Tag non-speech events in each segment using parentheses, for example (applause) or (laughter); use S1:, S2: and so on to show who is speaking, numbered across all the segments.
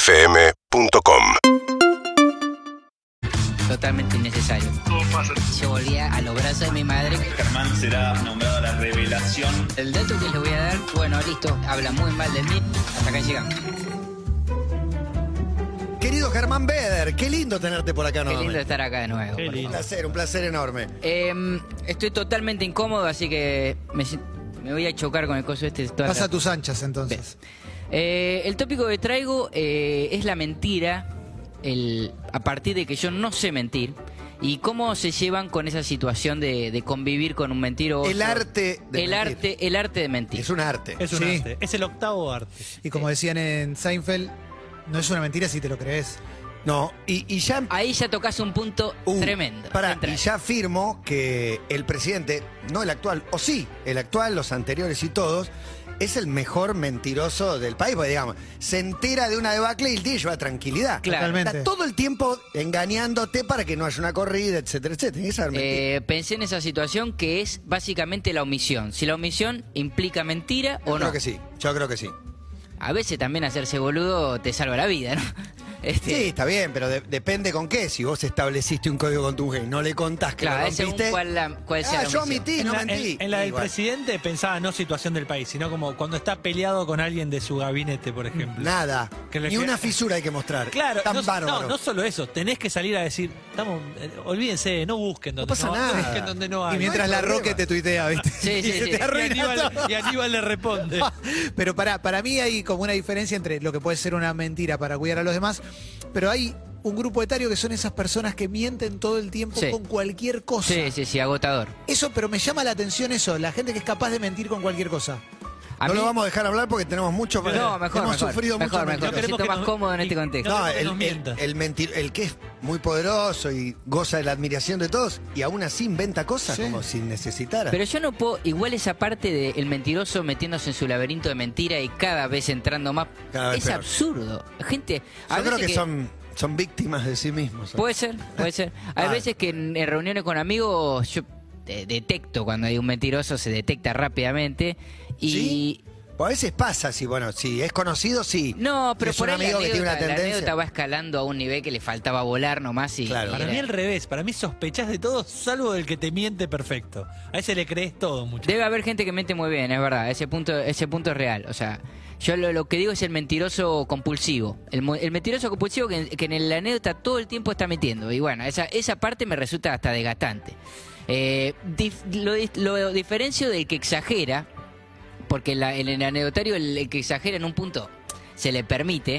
S1: UrbanaPlayFM.com
S2: totalmente innecesario. Se volvía a los brazos de mi madre.
S3: Germán será nombrado la revelación.
S2: El dato que les voy a dar, bueno, listo, habla muy mal de mí. Hasta acá llegamos.
S4: Querido Germán Beder, qué lindo tenerte por acá
S2: Qué lindo
S4: nuevamente.
S2: estar acá de nuevo.
S4: Un placer, un placer enorme.
S2: Em, estoy totalmente incómodo, así que me, si- me voy a chocar con el coso este. toda
S5: Pasa
S2: la-
S5: a tus anchas entonces.
S2: Eh, el tópico que traigo eh, es la mentira, el, a partir de que yo no sé mentir. ¿Y cómo se llevan con esa situación de, de convivir con un mentiroso?
S4: El arte de
S2: el
S4: mentir.
S2: arte, el arte de mentir.
S4: Es un arte.
S6: Es un
S5: Sí.
S6: arte. Es el octavo arte.
S5: Y como decían en Seinfeld, no es una mentira si te lo crees.
S4: No, y, y ya...
S2: Ahí ya tocas un punto
S4: uh,
S2: Ah, tremendo.
S4: pará,
S2: Entra.
S4: y ya afirmo que el presidente, no el actual, o sí, el actual, los anteriores y todos, es el mejor mentiroso del país, porque digamos, se entera de una debacle y el tío lleva tranquilidad.
S2: Claro.
S5: Totalmente.
S4: Está todo el tiempo engañándote para que no haya una corrida, etcétera, etcétera. Tenés que saber mentir.
S2: Eh, pensé en esa situación que es básicamente la omisión. Si la omisión implica mentira o
S4: yo
S2: no.
S4: creo que sí, yo creo que sí.
S2: A veces también hacerse boludo te salva la vida, ¿no? (laughs) Este,
S4: Sí, está bien, pero de- depende con qué. Si vos estableciste un código con tu mujer y no le contás que
S2: Claro,
S4: lo
S2: es según
S4: rompiste...
S2: cuál la- cuál sea
S4: ah,
S2: la
S4: yo
S2: omisión.
S4: omití,
S6: En
S4: no
S6: la, en-
S4: mentí.
S6: en la
S4: Y
S6: del
S4: bueno,
S6: presidente pensaba no situación del país, sino como cuando está peleado con alguien de su gabinete, por ejemplo.
S4: Nada,
S6: Que le
S4: ni
S6: queda-
S4: una fisura hay que mostrar.
S6: Claro,
S4: Tan
S6: no,
S4: bárbaro.
S6: no, no solo eso, tenés que salir a decir, estamos, eh, olvídense, no busquen donde no,
S4: pasa
S6: no
S4: nada.
S6: busquen donde no hay.
S5: Y mientras
S4: hay
S5: la
S4: problema.
S5: Roque te tuitea, ¿viste?
S2: Sí,
S5: (laughs) Y
S2: sí,
S5: se
S2: sí.
S5: te
S6: y,
S5: arruina
S6: Aníbal,
S5: todo.
S6: y Aníbal le responde.
S5: Pero para, para mí hay como una diferencia entre lo que puede ser una mentira para cuidar a los demás, pero hay un grupo etario que son esas personas que mienten todo el tiempo
S2: Sí.
S5: con cualquier cosa.
S2: sí, sí, sí, agotador.
S5: Eso, pero me llama la atención eso, la gente que es capaz de mentir con cualquier cosa.
S2: A
S4: no
S2: mí-
S4: lo vamos a dejar hablar porque tenemos mucho para-
S2: No, mejor,
S4: Hemos
S2: mejor,
S4: sufrido
S2: mejor,
S4: mucho.
S2: mejor.
S4: mentiroso.
S2: Me siento
S6: queremos que
S2: más
S6: nos-
S2: cómodo en este contexto.
S4: No,
S6: queremos que
S4: el,
S6: nos
S4: el-
S6: mientas.
S4: el mentir, el que es muy poderoso y goza de la admiración de todos y aún así inventa cosas
S5: Sí.
S4: como si necesitara.
S2: Pero yo no puedo, igual esa parte del mentiroso metiéndose en su laberinto de mentira y cada vez entrando más,
S4: Cada vez
S2: es
S4: peor.
S2: absurdo. Gente, a
S4: yo creo
S2: veces
S4: que, son, son víctimas de sí mismos.
S2: Puede ser, puede ser. Hay
S4: Ah.
S2: veces que en, en reuniones con amigos yo eh, detecto cuando hay un mentiroso, se detecta rápidamente y...
S4: ¿Sí? O a veces pasa, si bueno, si es conocido, sí.
S2: No, pero
S4: Si es
S2: por
S4: un
S2: ahí la
S4: amigo que tiene una
S2: anécdota- la anécdota
S4: tendencia.
S2: va escalando a un nivel que le faltaba volar nomás y...
S4: Claro.
S2: y
S6: Para
S2: era-
S6: mí al revés, para mí sospechás de todo salvo del que te miente perfecto. A ese le crees todo mucho.
S2: Debe haber gente que mente muy bien, es verdad. Ese punto, ese punto es real. O sea, yo lo, lo que digo es el mentiroso compulsivo. El, mo- el mentiroso compulsivo que, que en la anécdota todo el tiempo está mintiendo. Y bueno, esa, esa parte me resulta hasta desgastante. Eh, dif- lo, dis- lo diferencio del que exagera, porque la- en el anecdotario el, el que exagera en un punto se le permite,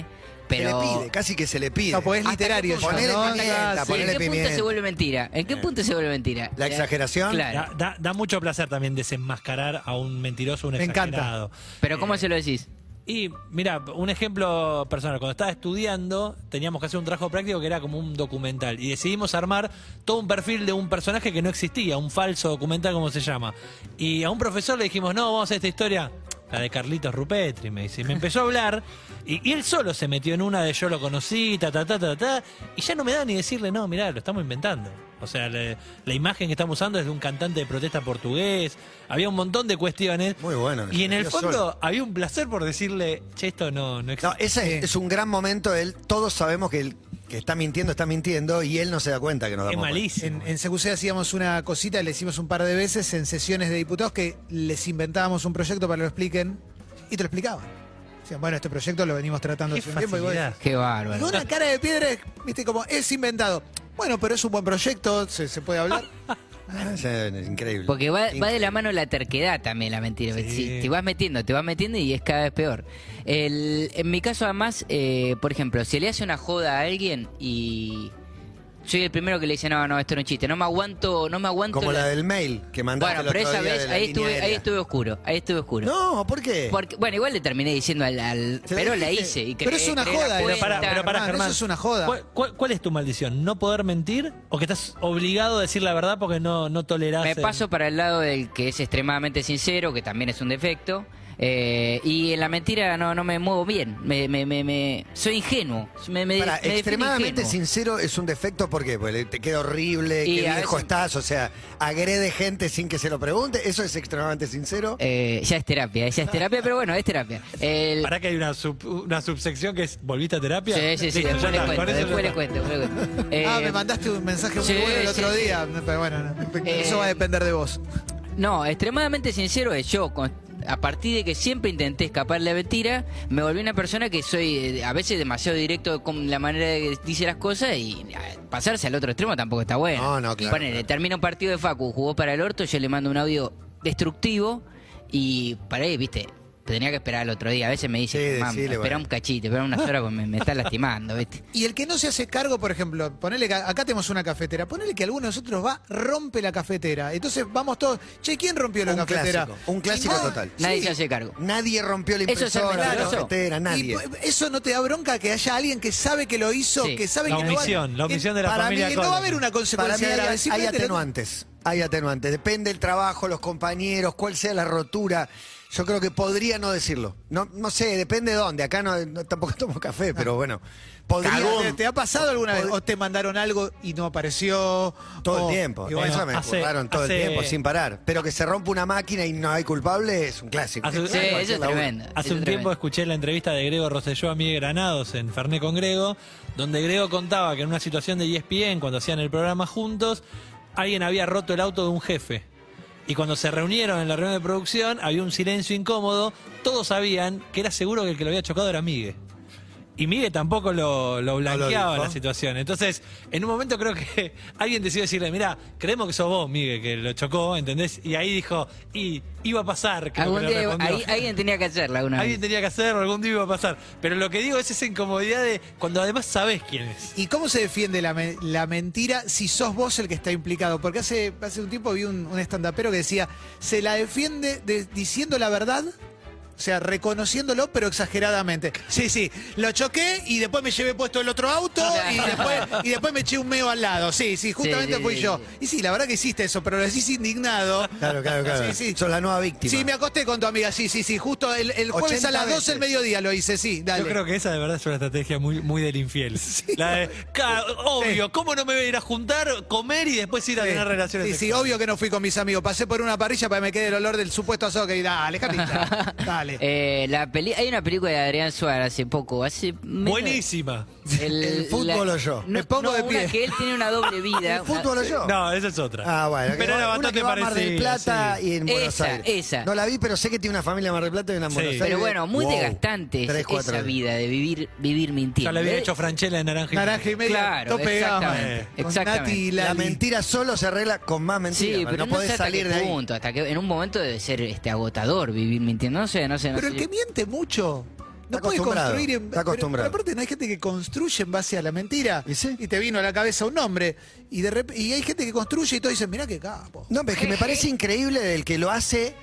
S4: Se le
S2: pero...
S4: pide, casi que se le pide.
S5: No, pues es
S2: ¿Hasta qué
S5: literario.
S2: punto?
S5: ya,
S4: Ponele
S5: ¿no?
S4: pimienta,
S5: Digas,
S2: Sí, ¿En
S4: ponele
S2: qué punto
S4: pimienta.
S2: se vuelve mentira? ¿En qué
S4: Eh.
S2: punto se vuelve mentira?
S4: La exageración.
S2: Claro.
S6: Da, da- da mucho placer también desenmascarar a un mentiroso, un
S5: Me encanta.
S6: exagerado.
S2: Pero ¿cómo se lo decís?
S6: Y mira, un ejemplo personal, cuando estaba estudiando teníamos que hacer un trabajo práctico que era como un documental y decidimos armar todo un perfil de un personaje que no existía, un falso documental como se llama. Y a un profesor le dijimos, no, vamos a hacer esta historia, la de Carlitos Rupetri, me dice. Y me empezó a hablar y, y él solo se metió en una de yo lo conocí, ta, ta, ta, ta, ta, y ya no me da ni decirle, no, mirá, lo estamos inventando. O sea, le- la imagen que estamos usando es de un cantante de protesta portugués, había un montón de cuestiones.
S4: Muy bueno.
S6: Y en el
S4: Yo
S6: fondo
S4: solo.
S6: había un placer por decirle, che, esto no, no
S4: No,
S6: existe.
S4: ese es, es un gran momento. Él, todos sabemos que el que está mintiendo, está mintiendo y él no se da cuenta que nos
S6: es
S4: damos cuenta.
S6: malísimo.
S5: En, en CQC hacíamos una cosita, le hicimos un par de veces en sesiones de diputados que les inventábamos un proyecto para que lo expliquen y te lo explicaban. Decían, bueno, este proyecto lo venimos tratando
S6: Qué
S5: hace un tiempo y vos
S6: facilidad.
S2: Qué
S5: decís,
S2: bárbaro.
S5: con una cara de piedra, viste, como es inventado. Bueno, pero es un buen proyecto, se, se puede hablar.
S4: Ah, (laughs) sí, es increíble.
S2: Porque va, va de
S4: Increíble.
S2: la mano la terquedad también, la mentira.
S6: Sí.
S2: Si te vas metiendo, te vas metiendo y es cada vez peor. El- en mi caso, además, eh, por ejemplo, si le hace una joda a alguien y soy el primero que le dice, no, no, esto no es un chiste, no me aguanto, no me aguanto.
S4: Como la
S2: la-
S4: del mail que mandaste
S2: Bueno,
S4: el
S2: pero
S4: otro
S2: esa
S4: día
S2: vez,
S4: de la
S2: ahí
S4: línea
S2: estuve, ahí
S4: aérea.
S2: estuve oscuro, ahí estuve oscuro.
S4: No, ¿por qué?
S2: Porque, bueno, igual le terminé diciendo al... al-
S4: Se lo
S2: pero la
S4: dijiste.
S2: hice. Y
S5: Pero
S2: creé-
S5: es una
S2: creé la
S5: joda,
S2: cuenta.
S5: pero
S6: pará, pero pará,
S5: Germán,
S6: Germán.
S5: eso es una joda.
S6: ¿Cuál, cuál, cuál es tu maldición? ¿No poder mentir o que estás obligado a decir la verdad porque no, no tolerás?
S2: Me
S6: el-
S2: paso para el lado del que es extremadamente sincero, que también es un defecto. Eh, y en la mentira no, no me muevo bien. Me, me- me- me- soy ingenuo. Me, me-
S4: Pará,
S2: me defino
S4: extremadamente
S2: ingenuo.
S4: sincero es un defecto, ¿por qué? Porque te queda horrible,
S2: Y
S4: qué
S2: a
S4: viejo
S2: veces-
S4: estás, o sea, agrede gente sin que se lo pregunte, eso es extremadamente sincero.
S2: Eh, ya es terapia, ya es terapia, pero bueno, es terapia. El-
S6: ¿Para que hay una, sub- una subsección que es volviste a terapia?
S2: Sí, sí, sí,
S6: Listo, ya
S2: después le
S6: está,
S2: cuento,
S6: con eso ya
S2: después le
S6: está.
S2: cuento. después le cuento. Eh,
S5: ah, me mandaste un mensaje muy
S2: sí,
S5: bueno el otro
S2: sí, sí.
S5: día, pero bueno, no,
S2: Eh,
S5: eso va a depender de vos.
S2: No, extremadamente sincero es yo. con- a partir de que siempre intenté escapar de la mentira, me volví una persona que soy eh, a veces demasiado directo con la manera de que dice las cosas y eh, pasarse al otro extremo tampoco está bueno.
S4: No, no, claro,
S2: Ponele,
S4: claro.
S2: termina un partido de Facu, jugó para el orto, yo le mando un audio destructivo y para ahí, viste, tenía que esperar al otro día. A veces me dice,
S4: Sí,
S2: "Mam,
S4: decile,
S2: espera
S4: bueno.
S2: un cachito, espera unas horas porque me, me está lastimando,
S6: (laughs)
S2: viste.
S5: Y el que no se hace cargo, por ejemplo, ponele que acá tenemos una cafetera, ponele que alguno de nosotros va, rompe la cafetera. Entonces vamos todos, che, ¿quién rompió la
S4: Un
S5: cafetera?
S4: clásico, un clásico
S5: Nadie-
S4: total.
S2: Nadie
S5: Sí.
S2: se hace cargo.
S4: Nadie rompió la
S2: Eso es ser
S4: impresora, la
S2: mentiroso.
S4: cafetera, nadie.
S5: Y, pues, p- eso no te da bronca que haya alguien que sabe que lo hizo,
S2: Sí.
S5: que sabe
S6: La
S5: que no va-
S6: omisión, la
S5: que-
S6: omisión de la
S5: para
S6: familia
S5: mí que no va a
S6: Colman.
S5: haber una
S4: Para mí
S5: consecuencia
S4: hay,
S5: grave.
S4: hay
S5: simplemente lo-
S4: atenuantes, hay atenuantes. Depende del trabajo, los compañeros, cuál sea la rotura. Yo creo que podría no decirlo. No, no sé, depende de dónde. Acá no, no- tampoco (laughs) tomo café, pero bueno. Podría,
S5: Cagón. ¿Te, te ha pasado alguna vez?
S4: Pod-
S5: ¿O te mandaron algo y no apareció?
S4: Todo
S5: O-
S4: el tiempo.
S5: y bueno,
S4: Eso me
S6: hace-
S4: curraron todo
S6: hace-
S4: el tiempo, sin parar. Pero que se rompa una máquina y no hay culpable es un clásico.
S6: Hace-
S2: Sí,
S6: Cualquier
S2: eso es
S4: laburo.
S2: tremendo. eso
S6: Hace
S2: es
S6: un
S2: tremendo.
S6: tiempo escuché la entrevista de Grego Rosselló a Miguel Granados en Ferné con Grego, donde Grego contaba que en una situación de E ESPN, cuando hacían el programa juntos, alguien había roto el auto de un jefe. Y cuando se reunieron en la reunión de producción, había un silencio incómodo. Todos sabían que era seguro que el que lo había chocado era Miguel. Y Miguel tampoco lo, lo blanqueaba
S4: dijo.
S6: la situación. Entonces, en un momento creo que (laughs) alguien decidió decirle, mira, creemos que sos vos, Miguel, que lo chocó, ¿entendés? Y ahí dijo, y iba a pasar. creo que
S2: Algún
S6: le
S2: día
S6: respondió.
S2: ahí- alguien tenía que hacerla una vez.
S6: Alguien tenía que hacerlo, algún día iba a pasar. Pero lo que digo es esa incomodidad de cuando además sabes quién es.
S5: ¿Y cómo se defiende la, me- la mentira si sos vos el que está implicado? Porque hace, hace un tiempo vi un, un estandapero que decía, se la defiende de- diciendo la verdad, o sea, reconociéndolo, pero exageradamente. Sí, sí, lo choqué y después me llevé puesto el otro auto y después, y después me eché un meo al lado. Sí, sí, justamente
S2: Ah, sí,
S5: fui
S2: sí,
S5: yo.
S2: sí.
S5: Y sí, la verdad que hiciste eso, pero lo decís indignado.
S4: Claro, claro, claro.
S5: Sí, sí.
S4: Sos la nueva víctima.
S5: Sí, me acosté con tu amiga, sí, sí, sí, justo el, el jueves
S4: 80
S5: a las 12
S4: veces.
S5: del mediodía lo hice, sí, dale.
S6: Yo creo que esa de verdad es una estrategia muy, muy del
S4: (laughs)
S6: infiel. La de, "Ca- obvio, ¿cómo no me voy a ir a juntar, comer y después ir a tener relaciones?
S5: Sí, sí,
S6: sexuales?".
S5: obvio que no fui con mis amigos. Pasé por una parrilla para que me quede el olor del supuesto asado que dale, Carlita, Dale.
S2: Eh, la peli hay una película de Adrián Suárez hace poco, hace menos-
S6: Buenísima.
S4: El fútbol o yo.
S2: No,
S5: Me
S2: no,
S5: pongo de pie.
S2: una que él tiene una doble vida.
S4: ¿El fútbol o yo?
S6: No, esa es otra.
S4: Ah, bueno.
S6: Pero era
S4: una
S6: bastante
S4: que va a Mar del
S6: parecida.
S4: Plata
S6: sí.
S4: y en Buenos
S2: Esa,
S4: Aires.
S2: esa.
S4: No la vi, pero sé que tiene una familia en Mar del Plata y una en
S6: Sí.
S4: Buenos Aires.
S2: Pero bueno, muy
S4: Wow.
S2: desgastante es-
S4: Tres, cuatro
S2: esa
S4: días.
S2: vida de vivir, vivir mintiendo.
S6: Ya le había
S2: ¿eh?
S6: hecho Franchella en Naranja y
S5: Naranja y
S6: Media.
S5: media.
S2: Claro,
S5: tope de gama.
S2: exactamente,
S5: Con
S2: exactamente.
S5: Nati y
S4: La,
S5: Lali.
S4: mentira solo se arregla con más mentiras.
S2: Sí,
S4: man.
S2: pero no,
S4: no podés
S2: sé hasta
S4: salir
S2: qué
S4: de ahí.
S2: punto, hasta que en un momento debe ser este agotador vivir mintiendo, no sé, no sé, no
S5: Pero el
S2: sé.
S5: que miente mucho. No
S4: Está
S5: puede
S4: acostumbrado,
S5: construir en,
S4: está
S5: pero-
S4: acostumbrado.
S5: pero aparte no hay gente que construye en base a la mentira.
S4: ¿Y sí?
S5: te vino a la cabeza un nombre. Y de rep- y hay gente que construye y todos dicen, mirá qué capo.
S4: No, pero es que me parece increíble del que lo hace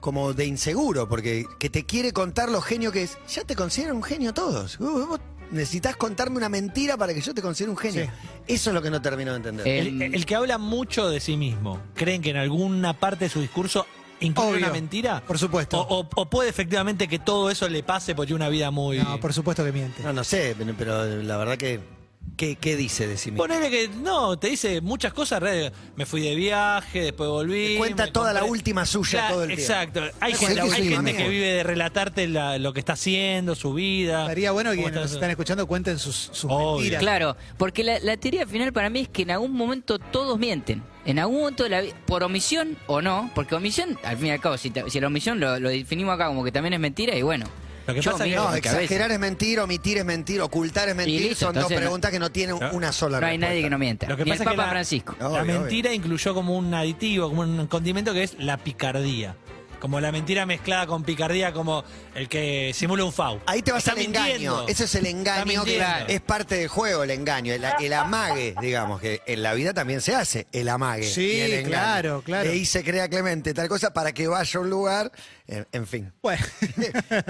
S4: como de inseguro, porque que te quiere contar lo genio que es. Ya te considero un genio todos. Uh, Vos vos necesitas contarme una mentira para que yo te considere un genio. Eso es lo que no termino de entender.
S2: Eh,
S6: El, el que habla mucho de sí mismo, ¿creen que en alguna parte de su discurso incluye
S5: Obvio,
S6: una mentira?
S5: por supuesto.
S6: O, o- o puede efectivamente que todo eso le pase porque tiene una vida muy...
S5: No, por supuesto que miente.
S4: no, no sé, pero- pero la verdad que... ¿Qué, qué dice de sí mismo?
S6: Ponele que no, te dice muchas cosas. re- Me fui de viaje, después volví.
S4: Te cuenta
S6: me
S4: toda la última suya todo el tiempo.
S6: exacto. Hay
S4: Me
S6: gente,
S4: cuenta la
S6: hay
S4: última
S6: gente
S4: mía.
S6: que vive de relatarte la- lo que está haciendo, su vida.
S5: Estaría bueno que
S6: cómo
S5: quienes nos
S6: está-
S5: están escuchando cuenten sus, sus
S6: Obvio.
S5: mentiras.
S2: Claro, porque la, la teoría final para mí es que en algún momento todos mienten. En algún momento, de la vi- por omisión o no, porque omisión, al fin y al cabo, si, ta- si la omisión lo, lo definimos acá como que también es mentira, y bueno.
S6: Lo que
S2: yo
S6: pasa que-
S2: miento
S4: No,
S2: muchas veces.
S4: exagerar es mentir, omitir es mentir, ocultar es mentir.
S2: listo,
S4: Son dos
S2: entonces no-
S4: preguntas que no tienen
S6: Claro.
S4: una sola
S2: No hay nadie que no mienta.
S6: Lo que
S2: Ni
S6: pasa
S2: el
S6: es que
S2: Papa
S6: la-
S2: Francisco.
S4: Obvio,
S6: la
S4: obvio.
S6: mentira incluyó como un aditivo, como un condimento que es la picardía. Como la mentira mezclada con picardía, como el que simula un FAU.
S4: Ahí te vas
S6: Está
S4: al engaño.
S6: mintiendo.
S4: Ese es el engaño
S6: Está
S4: que
S6: mintiendo.
S4: es parte del juego, el engaño. El, el amague, digamos, que en la vida también se hace. El amague.
S5: Sí,
S4: y el engaño.
S5: claro, claro.
S4: Le hice crea Clemente tal cosa para que vaya a un lugar. En, en
S5: (laughs)
S4: fin.
S5: Bueno,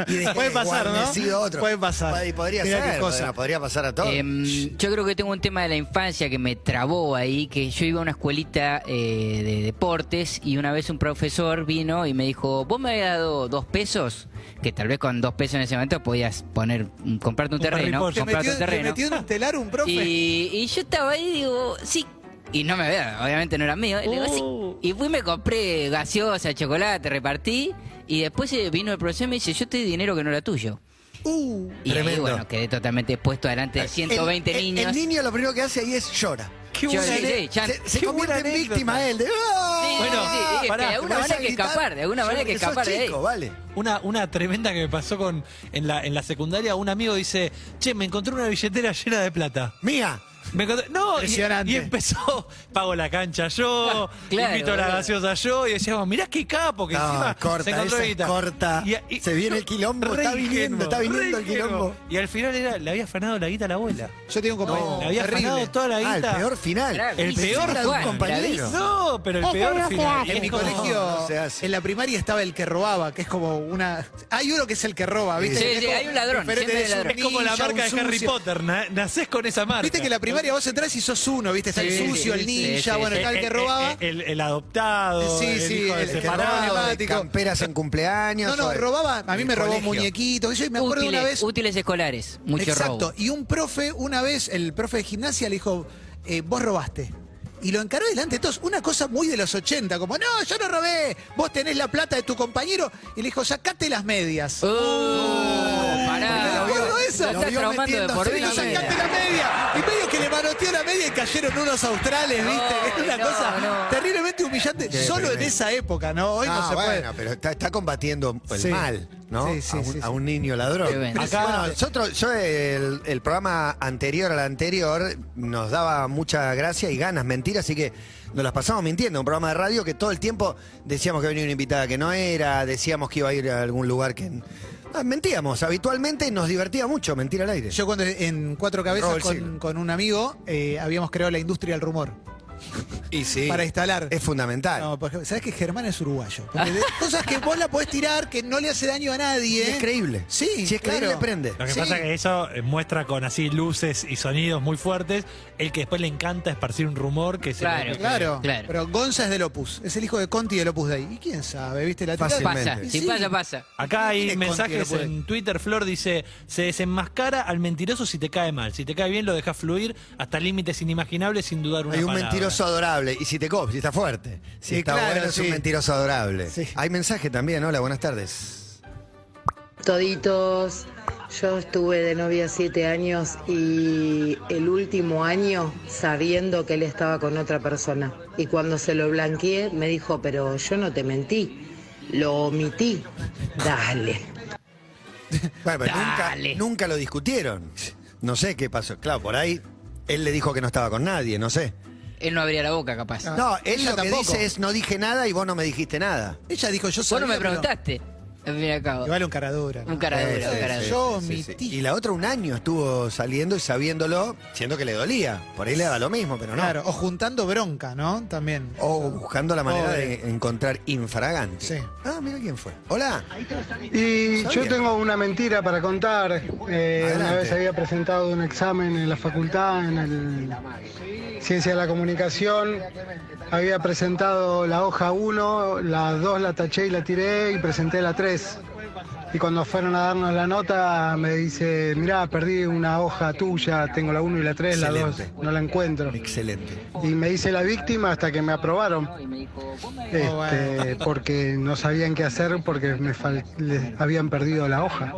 S4: Y dejé
S5: puede pasar, ¿no?
S4: guarnecido Otro.
S5: Puede pasar.
S4: Y podría
S5: Mirá qué
S4: ser.
S5: cosa.
S4: Podría, podría pasar a todos.
S2: Em, yo creo que tengo un tema de la infancia que me trabó ahí, que yo iba a una escuelita eh, de deportes y una vez un profesor vino y me dijo, dijo, vos me habías dado dos pesos, que tal vez con dos pesos en ese momento podías poner, mm, comprarte un
S6: Un
S2: terreno,
S6: parripollo.
S5: Te
S2: comprarte
S5: metió,
S2: un
S5: te
S2: terreno.
S5: metió en un telar
S4: (laughs)
S5: un profe.
S2: Y, y yo estaba ahí y digo, sí. Y no me veo, obviamente no era mío. Y, le digo,
S6: Uh.
S2: sí. y fui, me compré gaseosa, chocolate, repartí. Y después eh, vino el profesor y me dice, yo te di dinero que no era tuyo.
S5: Uh,
S2: Y ahí,
S4: Tremendo.
S2: bueno, quedé totalmente expuesto delante de 120
S4: el, el-
S2: niños.
S4: El niño lo primero que hace ahí es llora.
S6: Qué
S2: Yo-
S6: buena
S2: sí,
S6: idea.
S2: sí, ya-
S4: se se
S6: qué
S4: convierte
S6: buena
S4: en
S6: anécdota.
S4: víctima él. De, ¡Ah!
S2: Sí,
S6: Bueno,
S2: sí, sí, es que
S6: pará,
S2: de alguna
S4: Vas
S2: manera
S4: a
S2: hay que
S4: gritar.
S2: escapar, de alguna
S4: Ya,
S2: manera hay que
S4: porque sos
S2: escapar de ahí.
S4: chico, vale.
S6: (laughs) Una, una tremenda que me pasó con en la, en la secundaria, un amigo dice, che, me encontré una billetera llena de plata.
S4: Mía.
S6: Me encontré- no, y,
S5: Impresionante.
S6: y empezó, (laughs) pago la
S4: (laughs)
S6: cancha yo,
S2: Claro,
S6: invito a la
S2: boludo.
S6: gaseosa yo, y decíamos, mirá qué capo, que
S4: No,
S6: encima
S4: corta,
S6: se encontró
S4: esa
S6: guita.
S4: corta. Se viene el quilombo,
S6: re
S4: está viniendo, está viniendo
S6: re
S4: el quilombo.
S6: Y al final era, le había afanado la guita a la abuela.
S5: yo tenía un compañero.
S6: le había
S5: terrible.
S6: afanado toda la
S4: Ah, el
S6: guita.
S4: peor final.
S2: Claro,
S6: El
S4: Pensé que
S6: peor
S4: era de un
S2: Juan,
S4: compañero.
S2: bravísimo.
S6: No, pero el
S7: Eso
S6: peor
S7: no se
S6: final.
S7: hace.
S6: Y es
S5: En mi
S6: como-
S5: colegio,
S4: no se hace.
S5: en la primaria estaba el que robaba, que es como una. Hay uno que es el que roba, ¿viste?
S2: Sí,
S5: Que es
S2: sí,
S5: como
S2: hay un ladrón,
S5: diferente,
S2: siempre hay
S5: tenés un
S2: ladrón.
S6: Es como la
S5: ninja,
S6: marca
S5: un
S6: de Harry
S5: sucio.
S6: Potter, na- nacés con esa marca.
S5: Viste que en la primaria vos entras y sos uno, ¿viste? Está
S2: Sí,
S5: el sucio,
S2: sí, sí,
S5: el ninja,
S2: sí,
S5: bueno,
S2: sí.
S6: Eh,
S5: acá el que robaba.
S6: El, el adoptado,
S5: Sí,
S6: el
S5: sí,
S6: hijo del
S5: el que
S6: separado.
S5: robaba.
S4: Problemático. Camperas en cumpleaños.
S5: No,
S4: o
S5: no,
S4: en-
S5: robaba. A mí
S4: en
S5: me
S4: el
S5: robó
S4: colegio.
S5: muñequitos. Yo me acuerdo
S2: útiles,
S5: una vez.
S2: útiles escolares, mucho
S5: exacto.
S2: robo.
S5: Y un profe, una vez, el profe de gimnasia le dijo, eh, vos robaste. Y lo encaró delante de todos. Una cosa muy de los 80, como, no, yo no robé. Vos tenés la plata de tu compañero. Y le dijo, sacate las medias.
S2: Uh, pará.
S5: Me acuerdo eso.
S2: Lo
S5: Lo
S2: está
S5: vio
S2: traumando de
S4: metiéndose
S2: por
S5: Le
S2: vida.
S5: dijo, sacate la media. Y medio que le manoteó la media y cayeron unos australes, ¿viste? (laughs)
S2: No,
S5: Es una
S2: no,
S5: cosa
S2: no.
S5: terriblemente humillante.
S4: Qué
S5: solo en
S4: deprimente.
S5: esa época, ¿no? Hoy no,
S4: Ah,
S5: se puede.
S4: bueno, pero está, está combatiendo el
S5: Sí.
S4: mal, ¿no?
S5: Sí, sí,
S4: a, un,
S5: sí,
S4: a
S5: sí.
S4: un niño ladrón.
S2: Qué bueno.
S4: Pero sí,
S6: Acá-
S4: bueno, nosotros, yo el, el programa anterior al anterior nos daba mucha gracia y ganas, mentiras, así que nos las pasamos mintiendo. Un programa de radio que todo el tiempo decíamos que venía una invitada que no era, decíamos que iba a ir a algún lugar que... Ah, mentíamos, habitualmente nos divertía mucho mentir al aire.
S5: Yo cuando en Cuatro
S4: Robo
S5: Cabezas
S4: el
S5: con,
S4: siglo.
S5: con un amigo eh, habíamos creado la industria del rumor
S4: y sí,
S5: para instalar.
S4: es fundamental.
S5: No, por ejemplo, ¿sabés que Germán es uruguayo? Porque de- (laughs) cosas que vos la podés tirar que no le hace daño a
S4: Y
S5: nadie.
S4: es creíble.
S5: Sí,
S4: Si es creíble,
S5: claro.
S4: prende.
S6: Lo que
S5: Sí.
S6: pasa es que eso eh, muestra con así luces y sonidos muy fuertes el que después le encanta esparcir un rumor que se
S2: Claro.
S5: Claro,
S2: Claro.
S5: Pero Gonza es del Opus. Es el hijo de Conti del Opus Dei. ¿Y quién sabe? ¿Viste la tirada?
S4: Fácilmente.
S2: Pasa,
S5: Y
S2: si
S5: sí.
S2: pasa, pasa.
S6: Acá
S5: ¿Quién
S6: hay
S5: es
S6: mensajes
S5: Conti,
S6: en Twitter, Flor dice, se desenmascara al mentiroso si te cae mal, si te cae bien lo dejas fluir hasta límites inimaginables sin dudar una
S4: Hay un
S6: palabra".
S4: mentiroso adorable. Y si te cop, si está fuerte. Si
S5: Sí,
S4: está
S5: claro,
S4: bueno, es un
S5: sí.
S4: mentiroso adorable.
S5: Sí.
S4: Hay mensaje también. Hola, buenas tardes.
S8: Toditos, yo estuve de novia siete años y el último año sabiendo que él estaba con otra persona. Y cuando se lo blanqueé me dijo, pero yo no te mentí, lo omití. Dale.
S4: Bueno, pero nunca,
S2: Dale.
S4: nunca lo discutieron. No sé qué pasó. Claro, por ahí él le dijo que no estaba con nadie, no sé.
S2: Él no abría la boca, capaz.
S5: Ah,
S4: No, él
S5: ella
S4: lo que
S5: tampoco.
S4: dice es no dije nada y vos no me dijiste nada.
S5: Ella dijo, yo
S2: Vos
S5: sabía,
S2: no me
S5: pero-
S2: preguntaste. Al fin y al cabo.
S5: Igual un caradura.
S2: Un cara dura,
S4: Sí,
S2: un cara
S4: sí,
S2: dura.
S5: Yo
S4: sí,
S5: mi
S4: sí.
S5: tía.
S4: Y la otra un año estuvo saliendo y sabiéndolo, siendo que le dolía. Por ahí le daba lo mismo, pero no.
S5: Claro, o juntando bronca, ¿no? También.
S4: O buscando la manera
S5: Pobre.
S4: de encontrar infragante.
S5: Sí.
S4: Ah, mira quién fue. Hola.
S9: Y
S4: Está
S9: yo
S4: bien.
S9: tengo una mentira para contar. Eh, una
S4: Adelante.
S9: vez había presentado un examen en la facultad, en el Ciencia de la Comunicación. Había presentado la hoja 1, la 2 la taché y la tiré y presenté la 3. Y cuando fueron a darnos la nota me dice, mirá, perdí una hoja tuya, tengo la 1 y la 3, la 2,
S4: Excelente.
S9: no la encuentro.
S4: Excelente.
S9: Y me hice la víctima hasta que me aprobaron. Este,
S5: Oh, bueno.
S9: Porque no sabían qué hacer porque me fal- les habían perdido la hoja.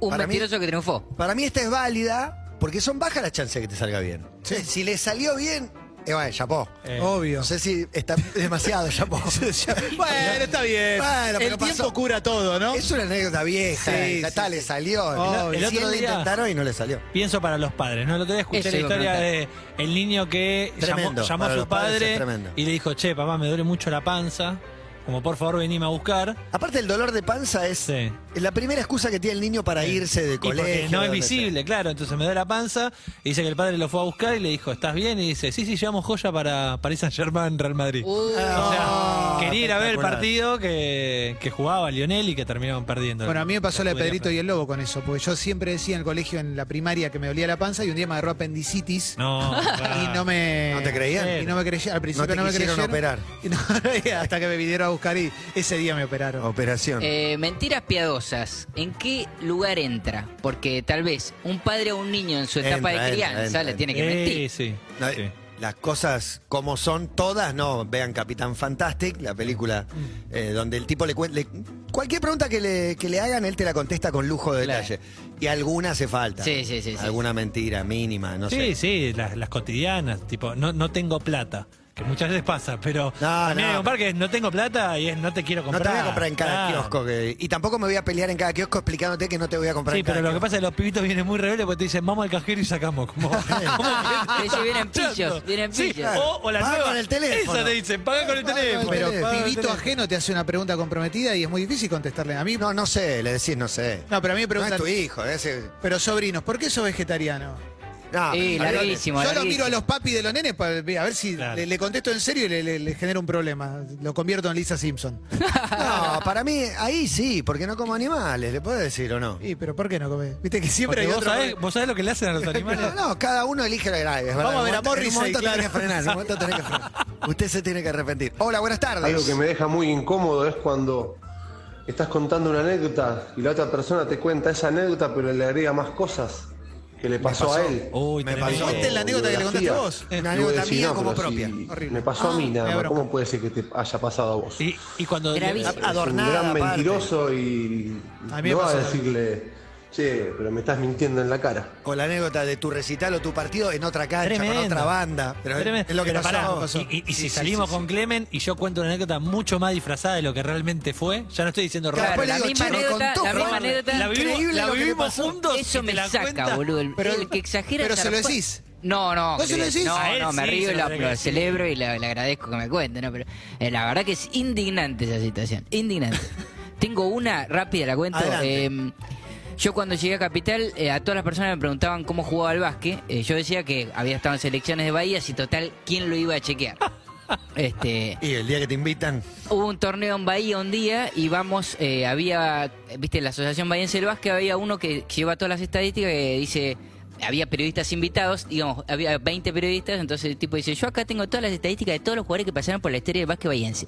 S2: Un
S4: Para mí-
S2: mentiroso que triunfó.
S4: Para mí esta es válida porque son bajas las chances de que te salga bien. Si le salió bien, eh, bueno, chapó.
S6: Eh,
S5: Obvio.
S4: No sé si está demasiado
S5: (laughs)
S4: chapó. (laughs)
S5: Bueno, está bien.
S4: Bueno, pero
S5: el tiempo
S4: pasó.
S5: cura todo, ¿no?
S4: Es una anécdota vieja.
S5: Sí,
S4: ya
S5: sí, Oh,
S4: está, le salió.
S5: Obvio.
S4: el
S6: El otro
S4: otro
S6: día-
S4: intentaron y no le salió.
S6: Pienso para los padres, ¿no? El otro día escuché
S2: Eso
S6: la
S2: iba a
S6: historia de el niño que llamó,
S4: Tremendo,
S6: llamó
S4: para
S6: a
S4: los
S6: su
S4: padres es
S6: padre
S4: tremendo.
S6: y le dijo, che, papá, me duele mucho la panza, como por favor venime a buscar.
S4: Aparte, el dolor de panza es
S6: Sí.
S4: la primera excusa que tiene el niño para irse de
S6: Y porque
S4: colegio.
S6: no es
S4: donde
S6: visible, claro. Entonces me da la panza. Y dice que el padre lo fue a buscar y le dijo, ¿estás bien? Y dice, sí, sí, llevamos joya para París Saint Germain, Real Madrid.
S2: Uh,
S6: o sea,
S4: Ah,
S6: quería ir a ver el
S4: espectacular.
S6: partido que, que jugaba Lionel y que terminaban perdiendo.
S5: Bueno, a mí me pasó la de
S6: Julia
S5: Pedrito
S6: Frank.
S5: y el Lobo con eso, porque yo siempre decía en el colegio, en la primaria, que me dolía la panza y un día me agarró apendicitis
S4: (laughs)
S6: No, claro.
S5: y no me...
S4: No te creían.
S5: Y no me creían, al principio
S4: te
S5: no, me
S4: quisieron
S5: (laughs)
S4: operar.
S5: creyeron. Y no- hasta que me vinieron a buscar y ese día me operaron.
S4: Oh. Operación.
S2: Eh, mentiras piadosas, ¿en qué lugar entra? Porque tal vez un padre o un niño en su etapa
S4: Entra, entra,
S2: de crianza
S4: entra,
S2: le
S4: entra.
S2: tiene que
S6: Eh,
S2: mentir.
S6: sí,
S4: No,
S6: sí.
S4: Las cosas como son todas, no, vean Capitán Fantastic, la película
S2: Mm.
S4: eh, donde el tipo le cuenta... Cualquier pregunta que le, que le hagan, él te la contesta con lujo de
S2: Claro.
S4: detalle. Y alguna hace falta.
S2: Sí, sí, sí, sí.
S4: Alguna mentira mínima, no sé.
S6: sí, sí, las, las cotidianas, tipo, no, no tengo plata. Que muchas veces pasa, pero
S4: No,
S6: también
S4: no.
S6: hay un par que es, no tengo plata y es no te quiero
S4: No
S6: comprar.
S4: te voy a comprar en cada
S6: Claro.
S4: kiosco. que- y tampoco me voy a pelear en cada kiosco explicándote que no te voy a comprar
S6: Sí,
S4: en cada
S6: pero lo que
S4: kiosco.
S6: pasa es que los pibitos vienen muy rebeldes porque te dicen, vamos al cajero y
S4: (laughs)
S6: sacamos. Como,
S2: Sí, sí, vienen
S6: (laughs)
S2: pillos, vienen
S6: Sí,
S2: pillos.
S6: O, o la
S4: Paga
S6: nueva-
S4: con el teléfono.
S6: Esa te dicen, paga con el
S4: Paga con el
S6: teléfono.
S5: Pero
S4: Pero,
S5: pibito ajeno te hace una pregunta comprometida y es muy difícil contestarle. A mí, no,
S4: No, no sé, le decís no sé.
S5: pero a
S4: No
S5: mí me
S4: es
S5: preguntan,
S4: tu hijo, ese...
S5: pero sobrinos, ¿por qué sos vegetariano?
S4: No,
S2: Sí,
S4: a ver,
S2: larguísimo,
S5: Yo lo
S2: larguísimo.
S5: miro a los papis de los nenes para a ver si
S6: Claro.
S5: le, le contesto en serio y le, le- le genero un problema. Lo convierto en Lisa Simpson.
S4: No, para mí, ahí sí, porque no como animales, ¿le puedo decir o no?
S5: Y, pero ¿por qué no comés? Viste que siempre
S6: Porque
S5: hay
S6: vos,
S5: otro.
S6: sabés, vos sabés lo que le hacen a los animales.
S4: (laughs) No, no, cada uno elige la grave. es
S5: Vamos a ver
S4: verdad.
S5: a
S4: En un
S5: Morrissey,
S4: momento tenés
S5: claro.
S4: que frenar, en un momento tenés que frenar. Usted se tiene que arrepentir. Hola, buenas tardes.
S7: Algo que me deja muy incómodo es cuando estás contando una anécdota y la otra persona te cuenta esa anécdota pero le agrega más cosas que le pasó,
S4: pasó.
S7: a él.
S6: Uy,
S4: Me
S6: tremendo.
S4: pasó.
S5: Cuenten la anécdota que le contaste
S7: Biografía.
S5: vos.
S7: Y
S4: Una
S7: vos
S4: anécdota
S7: decís,
S4: mía
S7: no,
S4: como
S7: pero
S4: propia.
S7: si
S5: Horrible.
S7: Me pasó a mí
S5: Ah,
S7: nada
S5: me
S7: más.
S5: abro.
S7: ¿Cómo puede ser que te haya pasado a vos?
S6: Y, y cuando.
S2: Gravísimo.
S7: Es un
S4: Adornada,
S7: gran
S4: aparte.
S7: mentiroso y
S5: A mí me
S7: no va a
S5: pasó.
S7: decirle, che, pero me estás mintiendo en la cara.
S4: O la anécdota de tu recital o tu partido en otra cancha,
S6: Tremendo.
S4: con otra banda. Pero es-
S6: Tremendo.
S4: es lo que
S6: Pero
S4: pasó.
S6: pará,
S4: pasó.
S6: Y, y- y si
S4: Sí, sí,
S6: salimos
S4: sí, sí.
S6: con Clemen y yo cuento una anécdota mucho más disfrazada de lo que realmente fue, ya no estoy diciendo
S4: Claro,
S6: robar.
S4: después
S2: la
S4: le digo,
S2: misma
S4: che, me
S2: anécdota,
S4: contó
S2: la misma
S4: Robert.
S2: anécdota.
S6: La vivimos,
S4: Increíble
S6: la
S4: lo que le
S6: vivimos
S4: pasó.
S6: juntos. y
S2: Eso
S6: te
S2: me
S6: la
S2: saca,
S6: cuenta.
S2: boludo. El,
S5: Pero-
S2: el que exagera.
S5: pero se lo
S2: zarpa-
S5: decís.
S2: No, no.
S5: ¿Vos se lo
S2: querido.
S5: decís?
S6: A
S2: No,
S6: él
S2: no, me
S6: sí,
S2: río
S6: se
S2: y
S6: lo
S2: lo,
S6: tenés que
S2: lo
S6: decir.
S2: celebro y la- le agradezco que me cuente, ¿no? Pero eh, la verdad que es indignante esa situación. Indignante.
S5: (laughs)
S2: Tengo una rápida, la cuento.
S4: Adelante.
S2: Eh, yo cuando llegué a Capital, eh, a todas las personas me preguntaban cómo jugaba al básquet. Eh, yo decía que había estado en selecciones de Bahía, si total, ¿quién lo iba a
S6: (laughs)
S2: chequear? Este,
S4: Y el día que te invitan,
S2: hubo un torneo en Bahía un día y vamos, eh, había, eh, viste, la Asociación Bahiense del Básquet, había uno que lleva todas las estadísticas que dice, había periodistas invitados, digamos, había 20 periodistas, entonces el tipo dice, yo acá tengo todas las estadísticas de todos los jugadores que pasaron por la historia del básquet bahiense.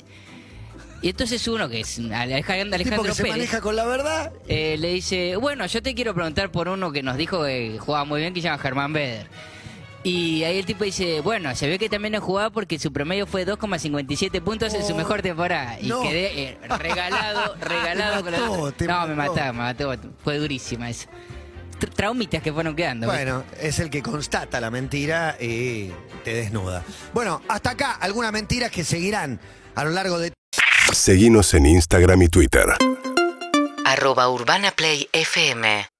S2: Y entonces uno que es Alejandro,
S4: el tipo que
S2: Alejandro
S4: se
S2: Pérez,
S4: maneja con la verdad,
S2: eh, le dice, bueno, yo te quiero preguntar por uno que nos dijo que jugaba muy bien, que se llama Germán Beder. Y ahí el tipo dice, bueno, se ve que también ha jugado porque su promedio fue 2,57 puntos en su mejor temporada. Y
S4: Oh. No.
S2: quedé eh,
S4: (laughs)
S2: regalado, regalado.
S4: Te
S2: con la-
S4: mató, te
S2: No, me
S4: mató.
S2: mataba, me mató. Fue durísima esa. Tr- Traumitas que fueron quedando.
S4: Bueno, es el que constata la mentira y te desnuda. Bueno, hasta acá algunas mentiras que seguirán a lo largo de
S1: Seguinos en Instagram y Twitter.
S10: arroba urbanaplayfm